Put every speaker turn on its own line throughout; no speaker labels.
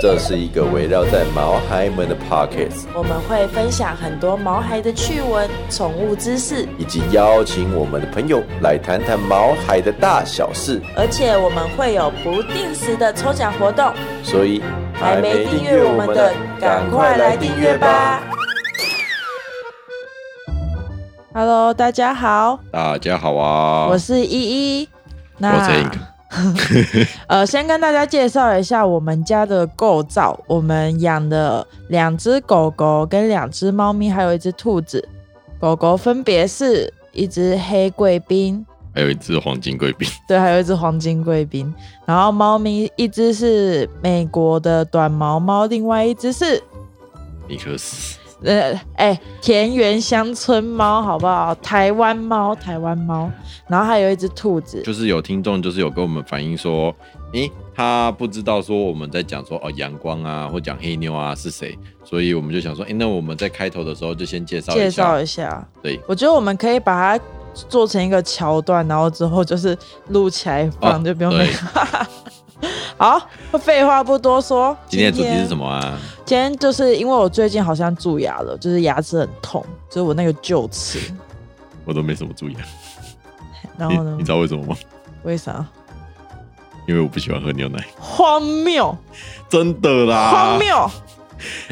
这是一个围绕在毛孩们的 Pockets，
我们会分享很多毛孩的趣闻、宠物知识，
以及邀请我们的朋友来谈谈毛孩的大小事。
而且我们会有不定时的抽奖活动，
所以
还没订阅我们的，赶快来订阅吧！！Hello，大家好，
大家好啊，
我是依依。那
我是 Hank
呃，先跟大家介绍一下我们家的构造。我们养的两只狗狗、跟两只猫咪，还有一只兔子。狗狗分别是一只黑贵宾，
还有一只黄金贵宾，
对，还有一只黄金贵宾。然后猫咪一只是美国的短毛猫，另外一只是
尼克斯。
呃，哎、田园乡村猫，好不好？台湾猫，台湾猫。然后还有一只兔子，
就是有听众就是有跟我们反映说，诶、他不知道说我们在讲说哦阳光啊，或讲黑妞啊是谁，所以我们就想说，诶、那我们在开头的时候就先介绍
介
一
绍
下，
一下。
对，
我觉得我们可以把它做成一个桥段，然后之后就是录起来放，
哦
就不用那
对
个。 好，废话不多说。
今天的主题是什
么？
么啊？
今天就是因为我最近好像蛀牙了，就是牙齿很痛，就是我那个臼 齿。
我都没什么注意、啊，
然
你
后呢
你？知道为什么吗？
为啥？
因为我不喜欢喝牛奶，
荒谬，
真的啦
荒。
啊
谬！啊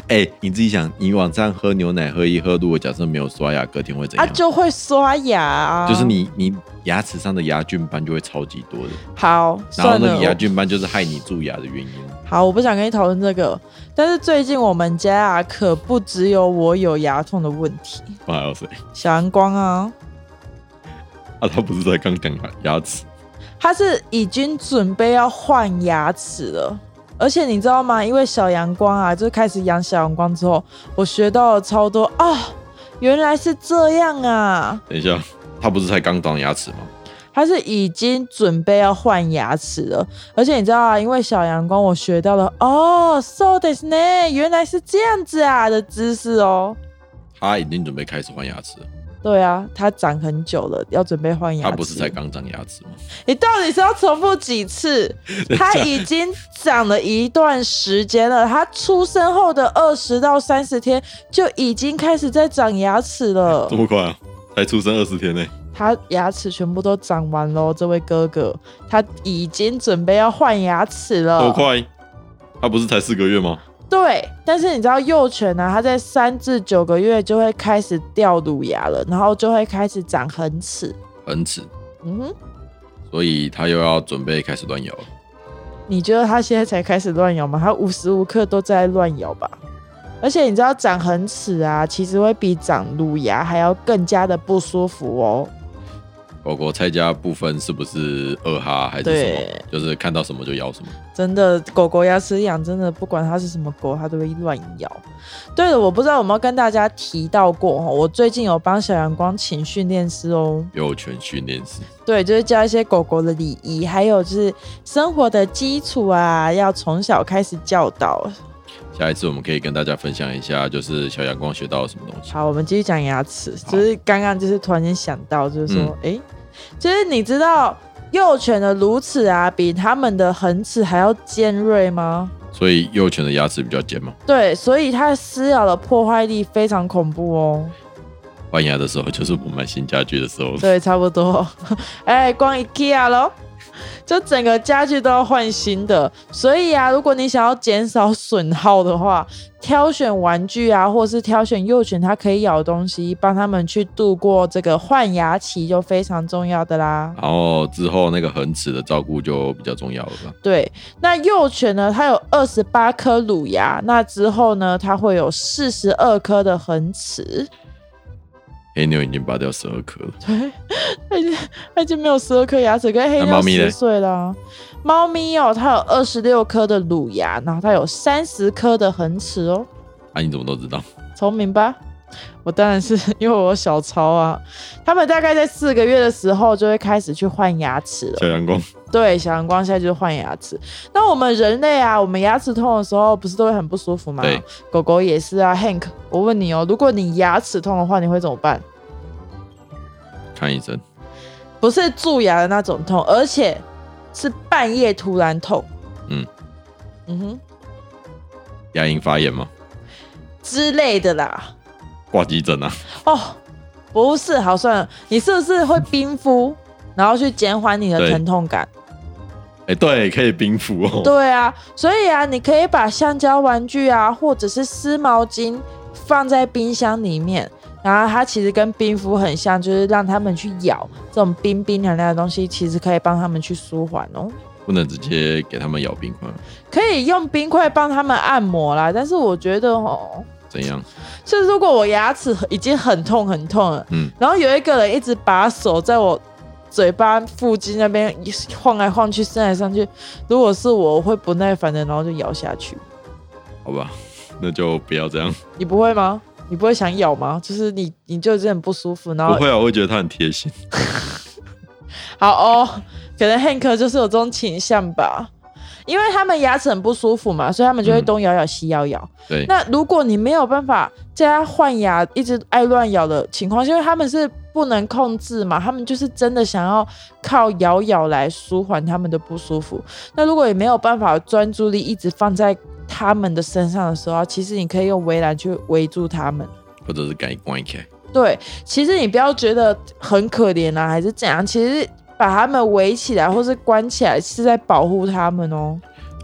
哎、你自己想，你晚上喝牛奶喝一喝，如果假设没有刷牙，隔天会怎
啊，
样？
就会刷牙、啊。
就是你你牙齿上的牙菌斑就会超级多的，
好，
然后
算
那
了
个。牙菌斑就是害你蛀牙的原因。
好，我不想跟你讨论这个。但是最近我们家啊，可不只有我有牙痛的问题。
不还有谁？
小阳光啊，
啊，他不是在刚讲牙牙齿，
他是已经准备要换牙齿了。而且你知道吗？因为小阳光啊，就是开始养小阳光之后，我学到了超多啊、原来是这样啊！
等一下，他不是才刚长牙齿吗？
他是已经准备要换牙齿了。而且你知道啊，因为小阳光，我学到了哦，so this 呢，原来是这样子啊的知识哦。
他已经准备开始换牙齿了，
对啊，它长很久了，要准备换牙齿。
他不是才刚长牙齿吗？
你到底是要重复几次？它已经长了一段时间了，它出生后的二十到三十天就已经开始在长牙齿 了
这，么快啊？才出生二十天呢、
它牙齿全部都长完喽。这位哥哥，他已经准备要换牙齿
这么
了。
快？他不是才四个月吗？
对，但是你知道幼犬呢、啊它在三至九个月就会开始掉乳牙了，然后就会开始长恒齿。
恒齿，
嗯哼，
所以他又要准备开始乱咬了。
你觉得它现在才开始乱咬吗？它无时无刻都在乱咬吧？而且你知道长恒齿啊，其实会比长乳牙还要更加的不舒服哦。
狗狗菜家部分是不是二哈还是什
对
么？就是看到什么就咬什么。
真的，狗狗牙齿痒，真的不管它是什么狗，它都会乱咬。对了，我不知道有没有跟大家提到过哦，我最近有帮小阳光请训练师哦。
幼犬训练师，
对，就是教一些狗狗的礼仪，还有就是生活的基础啊，要从小开始教导。
下一次我们可以跟大家分享一下，就是小阳光学到了什么东西。
好，我们继续讲牙齿，就是刚刚就是突然间想到，就是说，哎、就是你知道幼犬的乳齿啊，比它们的恒齿还要尖锐吗？
所以幼犬的牙齿比较尖嘛，
对，所以它撕咬的破坏力非常恐怖哦。
换牙的时候就是我们买新家具的时候。
对，差不多。哎、光 IKEA 咯，就整个家具都要换新的。所以啊，如果你想要减少损耗的话，挑选玩具啊，或是挑选幼犬它可以咬的东西，帮它们去度过这个换牙期，就非常重要的啦。
然后之后那个恒齿的照顾就比较重要了吧？
对，那幼犬呢，它有二十八颗乳牙，那之后呢，它会有四十二颗的恒齿。
黑妞已经拔掉十二颗了，
它已经它已经没有十二颗牙齿，跟黑
那
妞
猫咪
十
嘞
岁啦、猫咪哦，它有二十六颗的乳牙，然后它有三十颗的恒齿哦，
啊，你怎么都知道？
聪明吧？我当然是因为我有小抄啊。他们大概在四个月的时候就会开始去换牙齿了。
小阳光，
对，小阳光现在就是换牙齿。那我们人类啊，我们牙齿痛的时候不是都会很不舒服吗
对？
狗狗也是啊。Hank，我问你哦，如果你牙齿痛的话，你会怎么办？
看医生，
不是蛀牙的那种痛，而且是半夜突然痛。
嗯
嗯哼
牙龈发炎吗？
之类的啦。
挂急诊啊？
哦，不是，好算了，你是不是会冰敷，然后去减缓你的
对
疼痛感？
哎、对，可以冰敷哦。
对啊，所以啊，你可以把橡胶玩具啊，或者是湿毛巾放在冰箱里面，然后它其实跟冰敷很像，就是让他们去咬这种冰冰凉凉的东西，其实可以帮他们去舒缓哦。
不能直接给他们咬冰块，
可以用冰块帮他们按摩啦，但是我觉得哦，
怎样？
就是如果我牙齿已经很痛很痛了，
嗯
然后有一个人一直把手在我嘴巴附近那边晃来晃去、伸来伸去，如果是我，我会不耐烦的，然后就咬下去。
好吧，那就不要这样。
你不会吗？你不会想咬吗？就是你，你就是很不舒服，然
不
后
会啊，我会觉得他很贴心。
好哦，可能 Hank 就是有这种倾向吧，因为他们牙齿很不舒服嘛，所以他们就会
嗯
东咬咬西咬咬。
对，
那如果你没有办法在他换牙一直爱乱咬的情况下，因为他们是不能控制嘛，他们就是真的想要靠咬咬来舒缓他们的不舒服。那如果也没有办法专注力一直放在他们的身上的时候啊，其实你可以用围栏去围住他们。
或者是改关起来。
对，其实你不要觉得很可怜啊，还是怎样，其实把他们围起来或是关起来是在保护他们哦。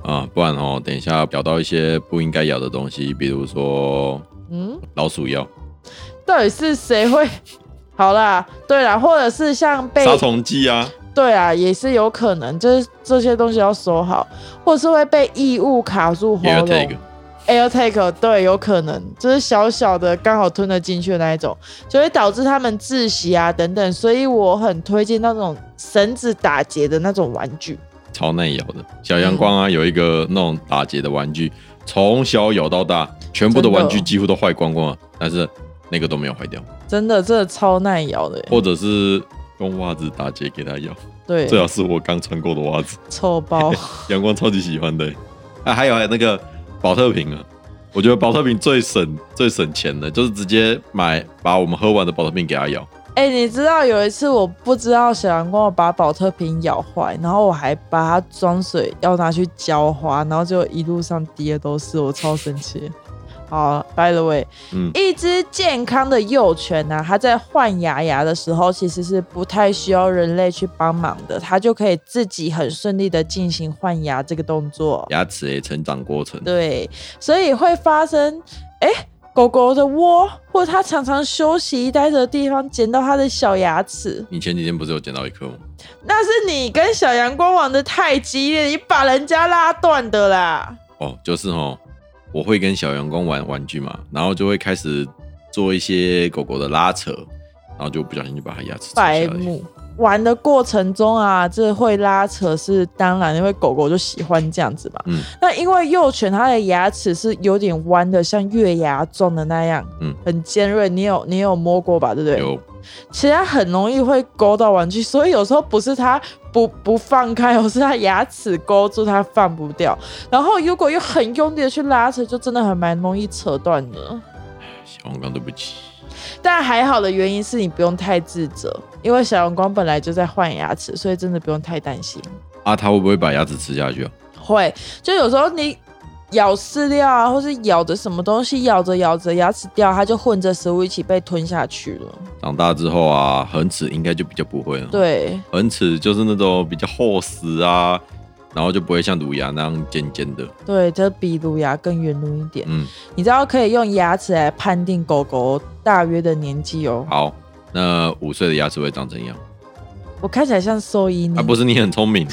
啊，不然哦，等一下咬到一些不应该咬的东西，比如说
嗯，
老鼠药、
到底是谁会？好啦，对啦，或者是像被
杀虫剂啊，
对啊，也是有可能，就是这些东西要收好，或者是会被异物卡住喉
也有
咙。
take。
air take 对，有可能就是小小的刚好吞得进去的那一种，就会导致他们窒息啊等等，所以我很推荐那种绳子打结的那种玩具。
超耐咬的。小阳光
嗯
啊，有一个那种打结的玩具，从小咬到大，全部的玩具
真的
几乎都坏光光了，但是那个都没有坏掉，
真的，真的超耐咬的耶，
或者是用袜子打结给它咬，
对，
最好是我刚穿过的袜 子。
臭包。
阳光超级喜欢的、啊，还有那个保特瓶啊，我觉得保特瓶最省最省钱的，就是直接买把我们喝完的保特瓶给它咬。
哎、你知道有一次我不知道小阳光我把保特瓶咬坏，然后我还把它装水要拿去浇花，然后就一路上滴的都是，我超生气。好，by the way，、
嗯
一只健康的幼犬呢、它在换牙牙的时候其实是不太需要人类去帮忙的，它就可以自己很顺利的进行换牙这个动作。
牙齿诶、欸成长过程，
对，所以会发生，哎、狗狗的窝或者它常常休息待着的地方捡到它的小牙齿，
你前几天不是有捡到一颗吗？
那是你跟小阳光玩的太激烈，你把人家拉断的啦。
哦，就是哦，我会跟小员工玩玩具嘛，然后就会开始做一些狗狗的拉扯，然后就不小心就把它牙齿扯下
白
来。
目。玩的过程中啊，这会拉扯是当然，因为狗狗就喜欢这样子嘛。
嗯
那因为幼犬它的牙齿是有点弯的，像月牙状的那样，
嗯
很尖锐。你有你有摸过吧？对不对？
有
其实它很容易会勾到玩具，所以有时候不是它不不放开，而是它牙齿勾住它放不掉。然后如果又很用力的去拉扯，就真的很蛮容易扯断的。
小王刚对不起，
但还好的原因是你不用太自责，因为小阳光本来就在换牙齿，所以真的不用太担心。
啊，它会不会把牙齿吃下去啊？
会，就有时候你咬饲料啊，或是咬着什么东西，咬着咬着牙齿掉，它就混着食物一起被吞下去了。
长大之后啊，恒齿应该就比较不会了。，
对，
恒齿就是那种比较厚实啊，然后就不会像乳牙那样尖尖的。
对，这比乳牙更圆润一点。
嗯，
你知道可以用牙齿来判定狗狗大约的年纪哦。
好，那五岁的牙齿会长怎样？
我看起来像兽医呢
啊，不是你很聪明，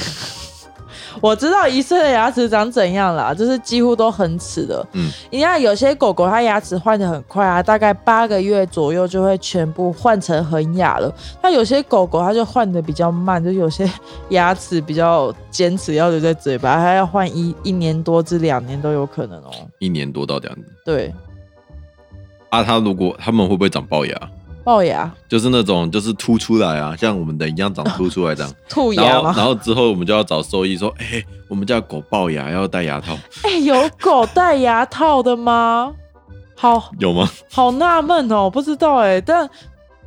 我知道一岁的牙齿长怎样啦，就是几乎都恒齿的。
嗯
嗯，你看有些狗狗它牙齿换的很快啊，大概八个月左右就会全部换成恒牙了。那有些狗狗它就换的比较慢，就有些牙齿比较坚持要留在嘴巴，它要换一一年多至两年都有可能哦。
一年多到两年，
对，
啊，它如果它们会不会长龅牙？
龅牙、
就是那种就是凸出来啊，像我们的一样长凸出来这样。
兔
然
牙
后然
吗？
后之后我们就要找兽医说，哎、我们家狗龅牙要戴牙套，
哎、有狗戴牙套的吗？好
有吗？
好纳闷哦，不知道哎、但。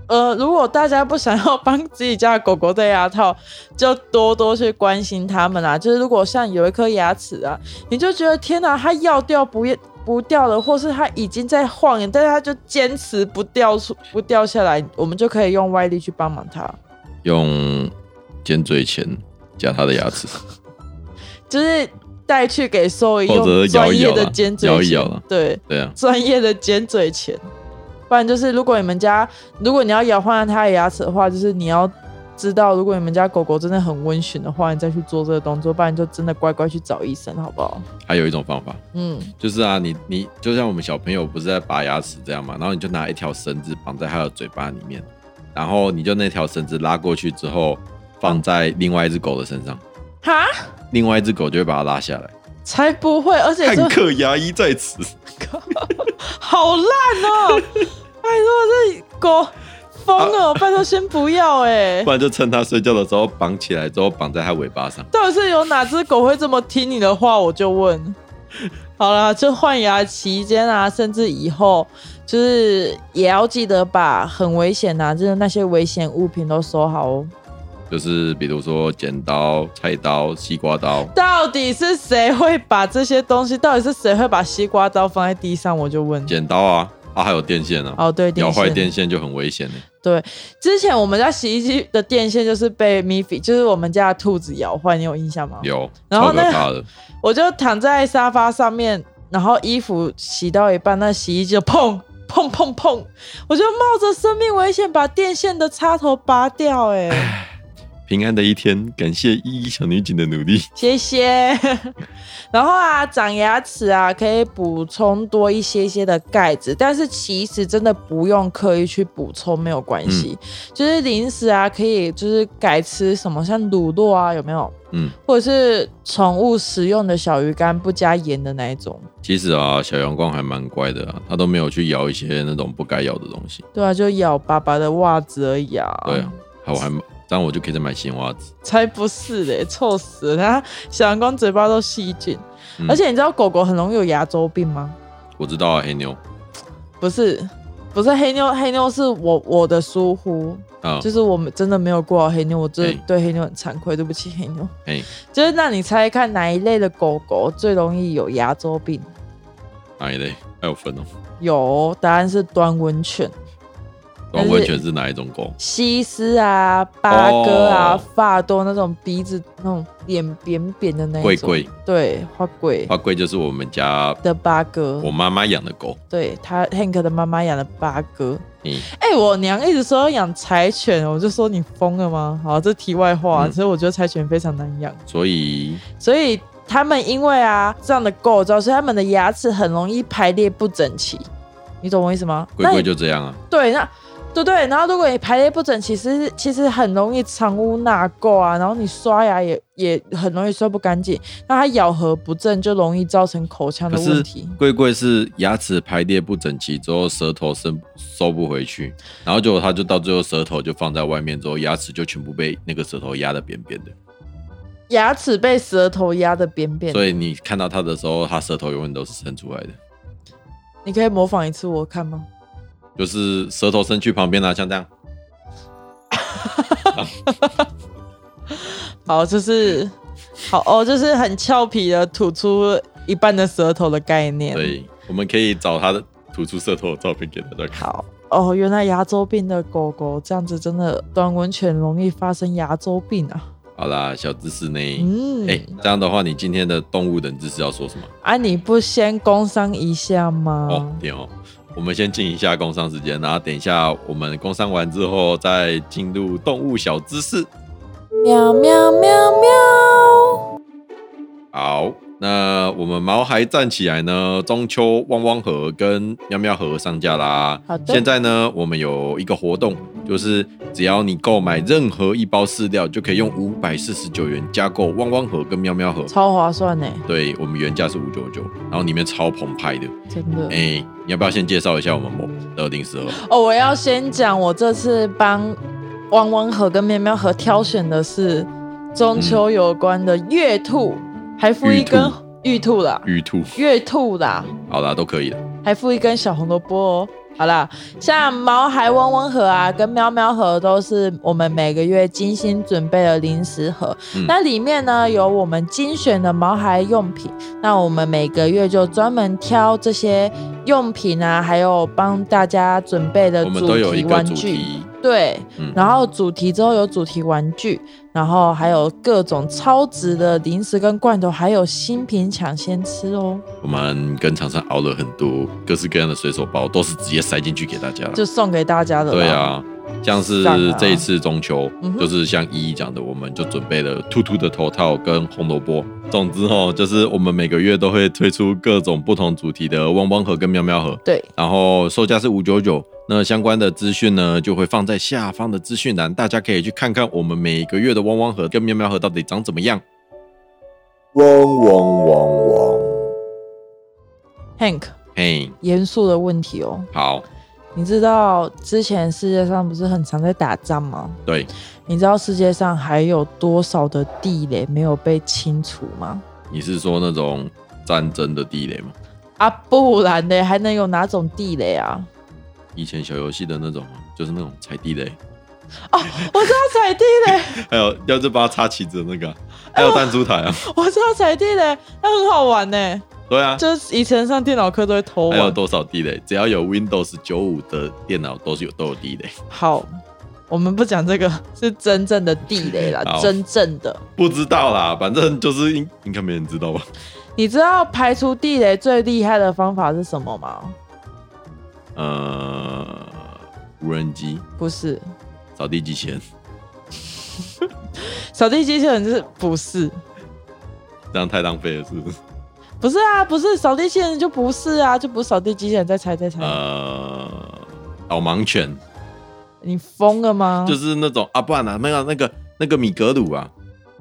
呃，如果大家不想要帮自己家的狗狗戴牙套，就多多去关心它们啦。就是如果像有一颗牙齿啊，你就觉得天哪、它要掉不不掉了，或是它已经在晃了，但是它就坚持不掉出不掉下来，我们就可以用外力去帮忙它。
用尖嘴钳夹它的牙齿，
就是带去给兽医
或者
用
是摇
专
一
业
摇啦啊
的尖嘴
摇一
钳，
摇啦
对，
对啊，
专业的尖嘴钳。不然就是，如果你们家如果你要摇换它的牙齿的话，就是你要知道，如果你们家狗狗真的很温驯的话，你再去做这个动作，不然就真的乖乖去找医生，好不好？
还有一种方法。
嗯，
就是啊，你你就像我们小朋友不是在拔牙齿这样嘛，然后你就拿一条绳子绑在他的嘴巴里面，然后你就那条绳子拉过去之后，放在另外一只狗的身上，
哈，
另外一只狗就会把它拉下来。
才不会，而且这
汉克牙医在此，
好烂哦、拜托，这狗疯了，拜托先不要哎、
不然就趁它睡觉的时候绑起来之后绑在它尾巴上。
到底是有哪只狗会这么听你的话？我就问。好啦，就换牙期间啊，甚至以后，就是也要记得把很危险啊，就是那些危险物品都收好哦。
就是比如说剪刀、菜刀、西瓜刀，
到底是谁会把这些东西？到底是谁会把西瓜刀放在地上？我就问。
剪刀啊，啊还有电线啊，
哦，对，
咬
电
坏
线。
电线就很危险了。
对，之前我们家洗衣机的电线就是被米菲，就是我们家的兔子咬坏，你有印象吗？
有，
然后
超
那
可怕的，
我就躺在沙发上面，然后衣服洗到一半，那洗衣机就砰砰砰砰，我就冒着生命危险把电线的插头拔掉、哎，
平安的一天，感谢依依小女警的努力。
谢谢。 然后啊，长牙齿啊，可以补充多一些些的钙质，但是其实真的不用刻意去补充，没有关系。就是零食啊，可以就是改吃什么像乳酪啊，有没有？
嗯，
或者是宠物食用的小鱼干，不加盐的那一种。
其实啊，小阳光还蛮乖的啊，他都没有去咬一些那种不该咬的东西。
对啊，就咬爸爸的袜子而已啊。
对啊，还我还这样我就可以再买新袜子。
才不是嘞，臭死了！它小阳光嘴巴都细菌，
嗯
而且你知道狗狗很容易有牙周病吗？
我知道啊，黑妞
不是，不是黑妞，黑妞是我我的疏忽，
啊，
就是我们真的没有顾好黑妞，我真的
哎
对黑妞很惭愧，对不起黑妞。
哎，
就是那你猜看哪一类的狗狗最容易有牙周病？
哪一类？还有分哦。
有，答案是短吻犬。
短
但是
吻犬是哪一种狗？
西施啊、八哥啊、
哦
发多那种鼻子那种脸扁扁的那一种，
贵贵
对花贵
花贵就是我们家
的八哥
我，妈妈养的狗。
对他 Hank 的妈妈养了八哥。
嗯，
哎、我娘一直说要养柴犬，我就说你疯了吗？好，这题外话，
嗯
其实我觉得柴犬非常难养，
所以
所以他们因为啊这样的构造，所以他们的牙齿很容易排列不整齐，你懂我意思吗？
贵
那
贵
你
就这样啊。
对，那对对，然后如果你排列不整，其实其实很容易藏污纳垢啊，然后你刷牙也也很容易刷不干净，那它咬合不正就容易造成口腔
可
的问
是
题。
贵贵是牙齿排列不整齐之后，舌头伸收不回去，然后结果它就到最后舌头就放在外面之后，牙齿就全部被那个舌头压得扁扁的。
牙齿被舌头压得扁扁的，
所以你看到它的时候，它舌头永远都是伸出来的，
你可以模仿一次我看吗？
就是舌头伸去旁边啊，像这样。
好，就是好哦，就是很俏皮的吐出一半的舌头的概念。
对，我们可以找它的吐出舌头的照片给大家看。
好哦，原来牙周病的狗狗这样子真的短吻犬容易发生牙周病啊。
好啦，小知识呢？
嗯，
哎、这样的话，你今天的动物冷知识要说什么？
啊，你不先工商一下吗？
哦，点哦。我们先进一下工商时间，然后等一下我们工商完之后再进入动物小知识。
喵喵喵喵！
好，那我们毛孩站起来呢，中秋汪汪河跟喵喵河上架啦。
好的
现在呢，我们有一个活动，就就是只要你购买任何一包饲料，就可以用五百四十九元加购汪汪盒跟喵喵盒。
超划算欸呢，
对我们原价是五九九，然后里面超澎湃的。
真的。
哎、你要不要先介绍一下我们某的零食盒？
哦，我要先讲，我这次帮汪汪河跟喵喵河挑选的是中秋有关的月兔，还附一根嗯玉兔啦，
玉兔，
月兔啦，
好啦，都可以了。
还附一根小红萝卜哦。好啦，像毛孩汪汪盒啊，跟喵喵盒都是我们每个月精心准备的零食盒。
嗯
那里面呢有我们精选的毛孩用品，那我们每个月就专门挑这些用品啊，还有帮大家准备的
我们
主
都有一
题
个
玩
主
具。
题，
对，
嗯
然后主题之后有主题玩具，然后还有各种超值的零食跟罐头，还有新品抢先吃哦，
我们跟厂商熬了很多各式各样的随手包，都是直接塞进去给大家了。
就送给大家的。
对，啊，像是
赞啊
这一次中秋，
嗯哼
就是像依依讲的，我们就准备了兔兔的头套跟红萝卜。总之哦，就是我们每个月都会推出各种不同主题的汪汪盒跟喵喵盒，
对，
然后售价是五九九。那相关的资讯呢，就会放在下方的资讯栏，大家可以去看看我们每个月的汪汪盒跟喵喵盒到底长怎么样。
汪汪汪汪，
，Hank，
嘿，
严肃的问题哦，
好，
你知道之前世界上不是很常在打仗吗？
对，
你知道世界上还有多少的地雷没有被清除吗？
你是说那种战争的地雷吗？
啊，不然呢，还能有哪种地雷啊？
以前小游戏的那种吗，就是那种踩地雷，
我知道踩地雷，
还有要是把它插旗子的那个啊，还有弹珠台啊，
我知道踩地雷，那很好玩呢。
对啊，
就是以前上电脑课都会偷
还有
玩。
多少地雷？只要有 Windows 九五的电脑都是有都有地雷，
好，我们不讲这个，是真正的地雷啦
好，
真正的。
不知道啦，反正就是应应该没人知道吧？
你知道排除地雷最厉害的方法是什么吗？
呃，无人机、
不是，
扫地机器人，
扫地机器人是不是？
这样太浪费了，是不是？
不是啊，不是扫地机器人就不是啊，就不是扫地机器人。再猜再猜，
呃，导盲犬
你疯了吗？
就是那种啊，不然啊，那个那个那个米格鲁啊，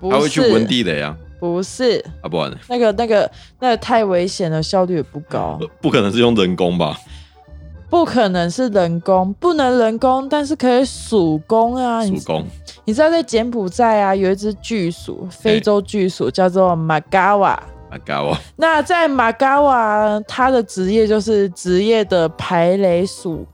不
他会去闻
是，
地雷啊，
不是
啊，不然呢
那个那个那个太危险了，效率也不高，
不不可能是用人工吧？
不可能是人工，不能人工，但是可以属工啊，你
主攻
你知道在柬埔寨啊，有一只巨鼠，非洲巨鼠叫做马嘎瓦。
啊，嘎哇，
那在马嘎瓦，它的职业就是职业的排雷鼠。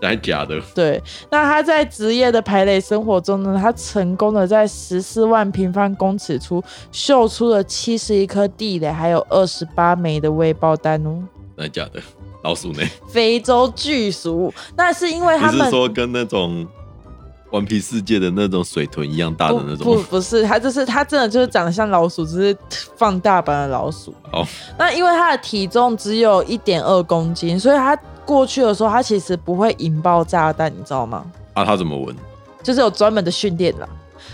真的假的？
对，那它在职业的排雷生活中呢，它成功的在十四万平方公尺处嗅出了七十一颗地雷，还有二十八枚的未爆弹哦。
真的假的？老鼠呢？
非洲巨鼠，那是因为
你
他
是
们
说跟那种顽皮世界的那种水豚一样大的那
不
种
不？不是，它就是它真的就是长得像老鼠，只是放大版的老鼠。
哦，
那因为它的体重只有一点二公斤，所以它过去的时候，它其实不会引爆炸弹，你知道吗？
啊，它怎么闻？
就是有专门的训练啦。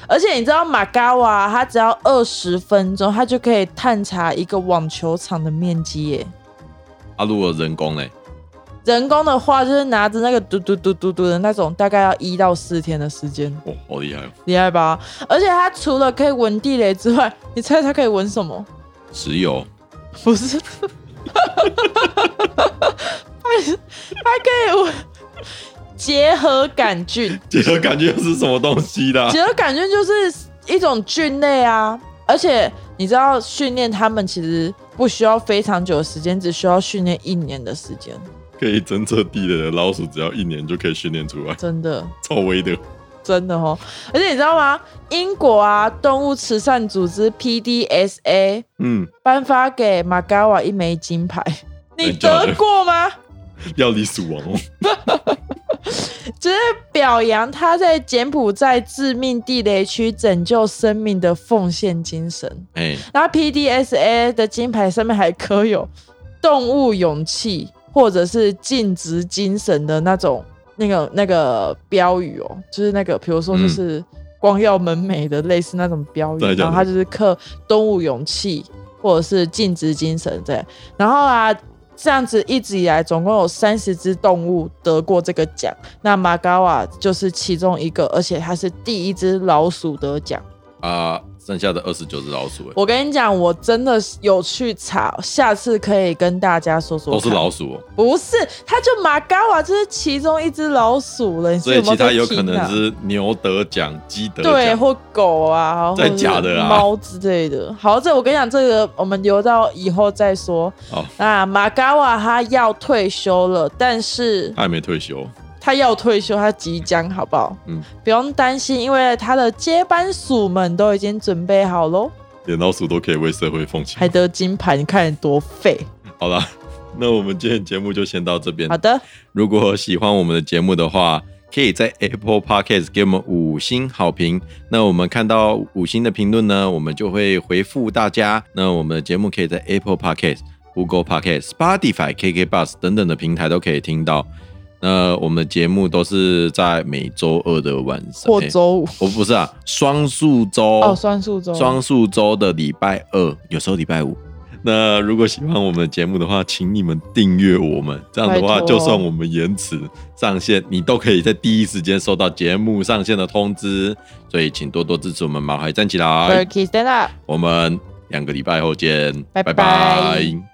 而且你知道马嘎瓦，它只要二十分钟，它就可以探查一个网球场的面积耶。
啊，如果人工嘞，
人工的话，就是拿着那个嘟嘟嘟嘟嘟的那种，大概要一到四天的时间，
哇，好厉害哦！
厉害吧？而且它除了可以闻地雷之外，你猜它可以闻什么？
石油
不是，他 他可以闻结合杆菌，
这个感觉是什么东西 啦？
结合杆菌就是一种菌类啊，而且你知道训练他们其实不需要非常久的时间，只需要训练一年的时间，
可以侦测地雷的老鼠，只要一年就可以训练出来，
真的。
超威的。
真的哦，而且你知道吗？英国啊，动物慈善组织 PDSA
嗯，
颁发给马嘎瓦一枚金牌，你
真假的
得过吗？
料理鼠王哦，
就是表扬他在柬埔寨致命地雷区拯救生命的奉献精神。
哎，
然后 PDSA 的金牌上面还刻有动物勇气或者是尽职精神的那种那个那个标语哦，就是那个比如说
嗯
就是光耀门楣的类似那种标语，
真的假的
然后它就是刻动物勇气或者是尽职精神在。然后啊，这样子一直以来，总共有三十只动物得过这个奖，那马嘎瓦就是其中一个，而且它是第一只老鼠得奖。
啊、剩下的二十九只老 鼠、欸，
我跟你讲，我真的有去查，下次可以跟大家说说。
都是，老鼠、哦，
不是，它就马嘎瓦，就是其中一只老鼠了。你是
所以
没
其他
在
有可
听
能
啊
是牛得奖、鸡得
对，
奖。
或狗啊，
真的假的啊
或者是猫之类的。好，这我跟你讲，这个我们留到以后再说。
好
那马嘎瓦他要退休了，但是
他还没退休，
他要退休，他即将，好不好？
嗯，
不用担心，因为他的接班鼠们都已经准备好喽，
连老鼠都可以为社会奉献
还。得金牌，你看多废。
好啦，那我们今天节目就先到这边
好。的，
如果喜欢我们的节目的话，可以在 Apple Podcast 给我们五星好评。那我们看到五星的评论呢，我们就会回复大家。那我们的节目可以在 Apple Podcast、Google Podcast、Spotify、KK Bus 等等的平台都可以听到。那我们的节目都是在每周二的晚上，
或
诶
周五
我不是啊，双数周
哦，双数周
双数周的礼拜二，有时候礼拜五。那如果喜欢我们的节目的话，请你们订阅我们。这样的话，
拜托
就算我们延迟上线，你都可以在第一时间收到节目上线的通知。所以，请多多支持我们毛孩站起来。
Berkey stand up。
我们两个礼拜后见，
拜
拜拜
拜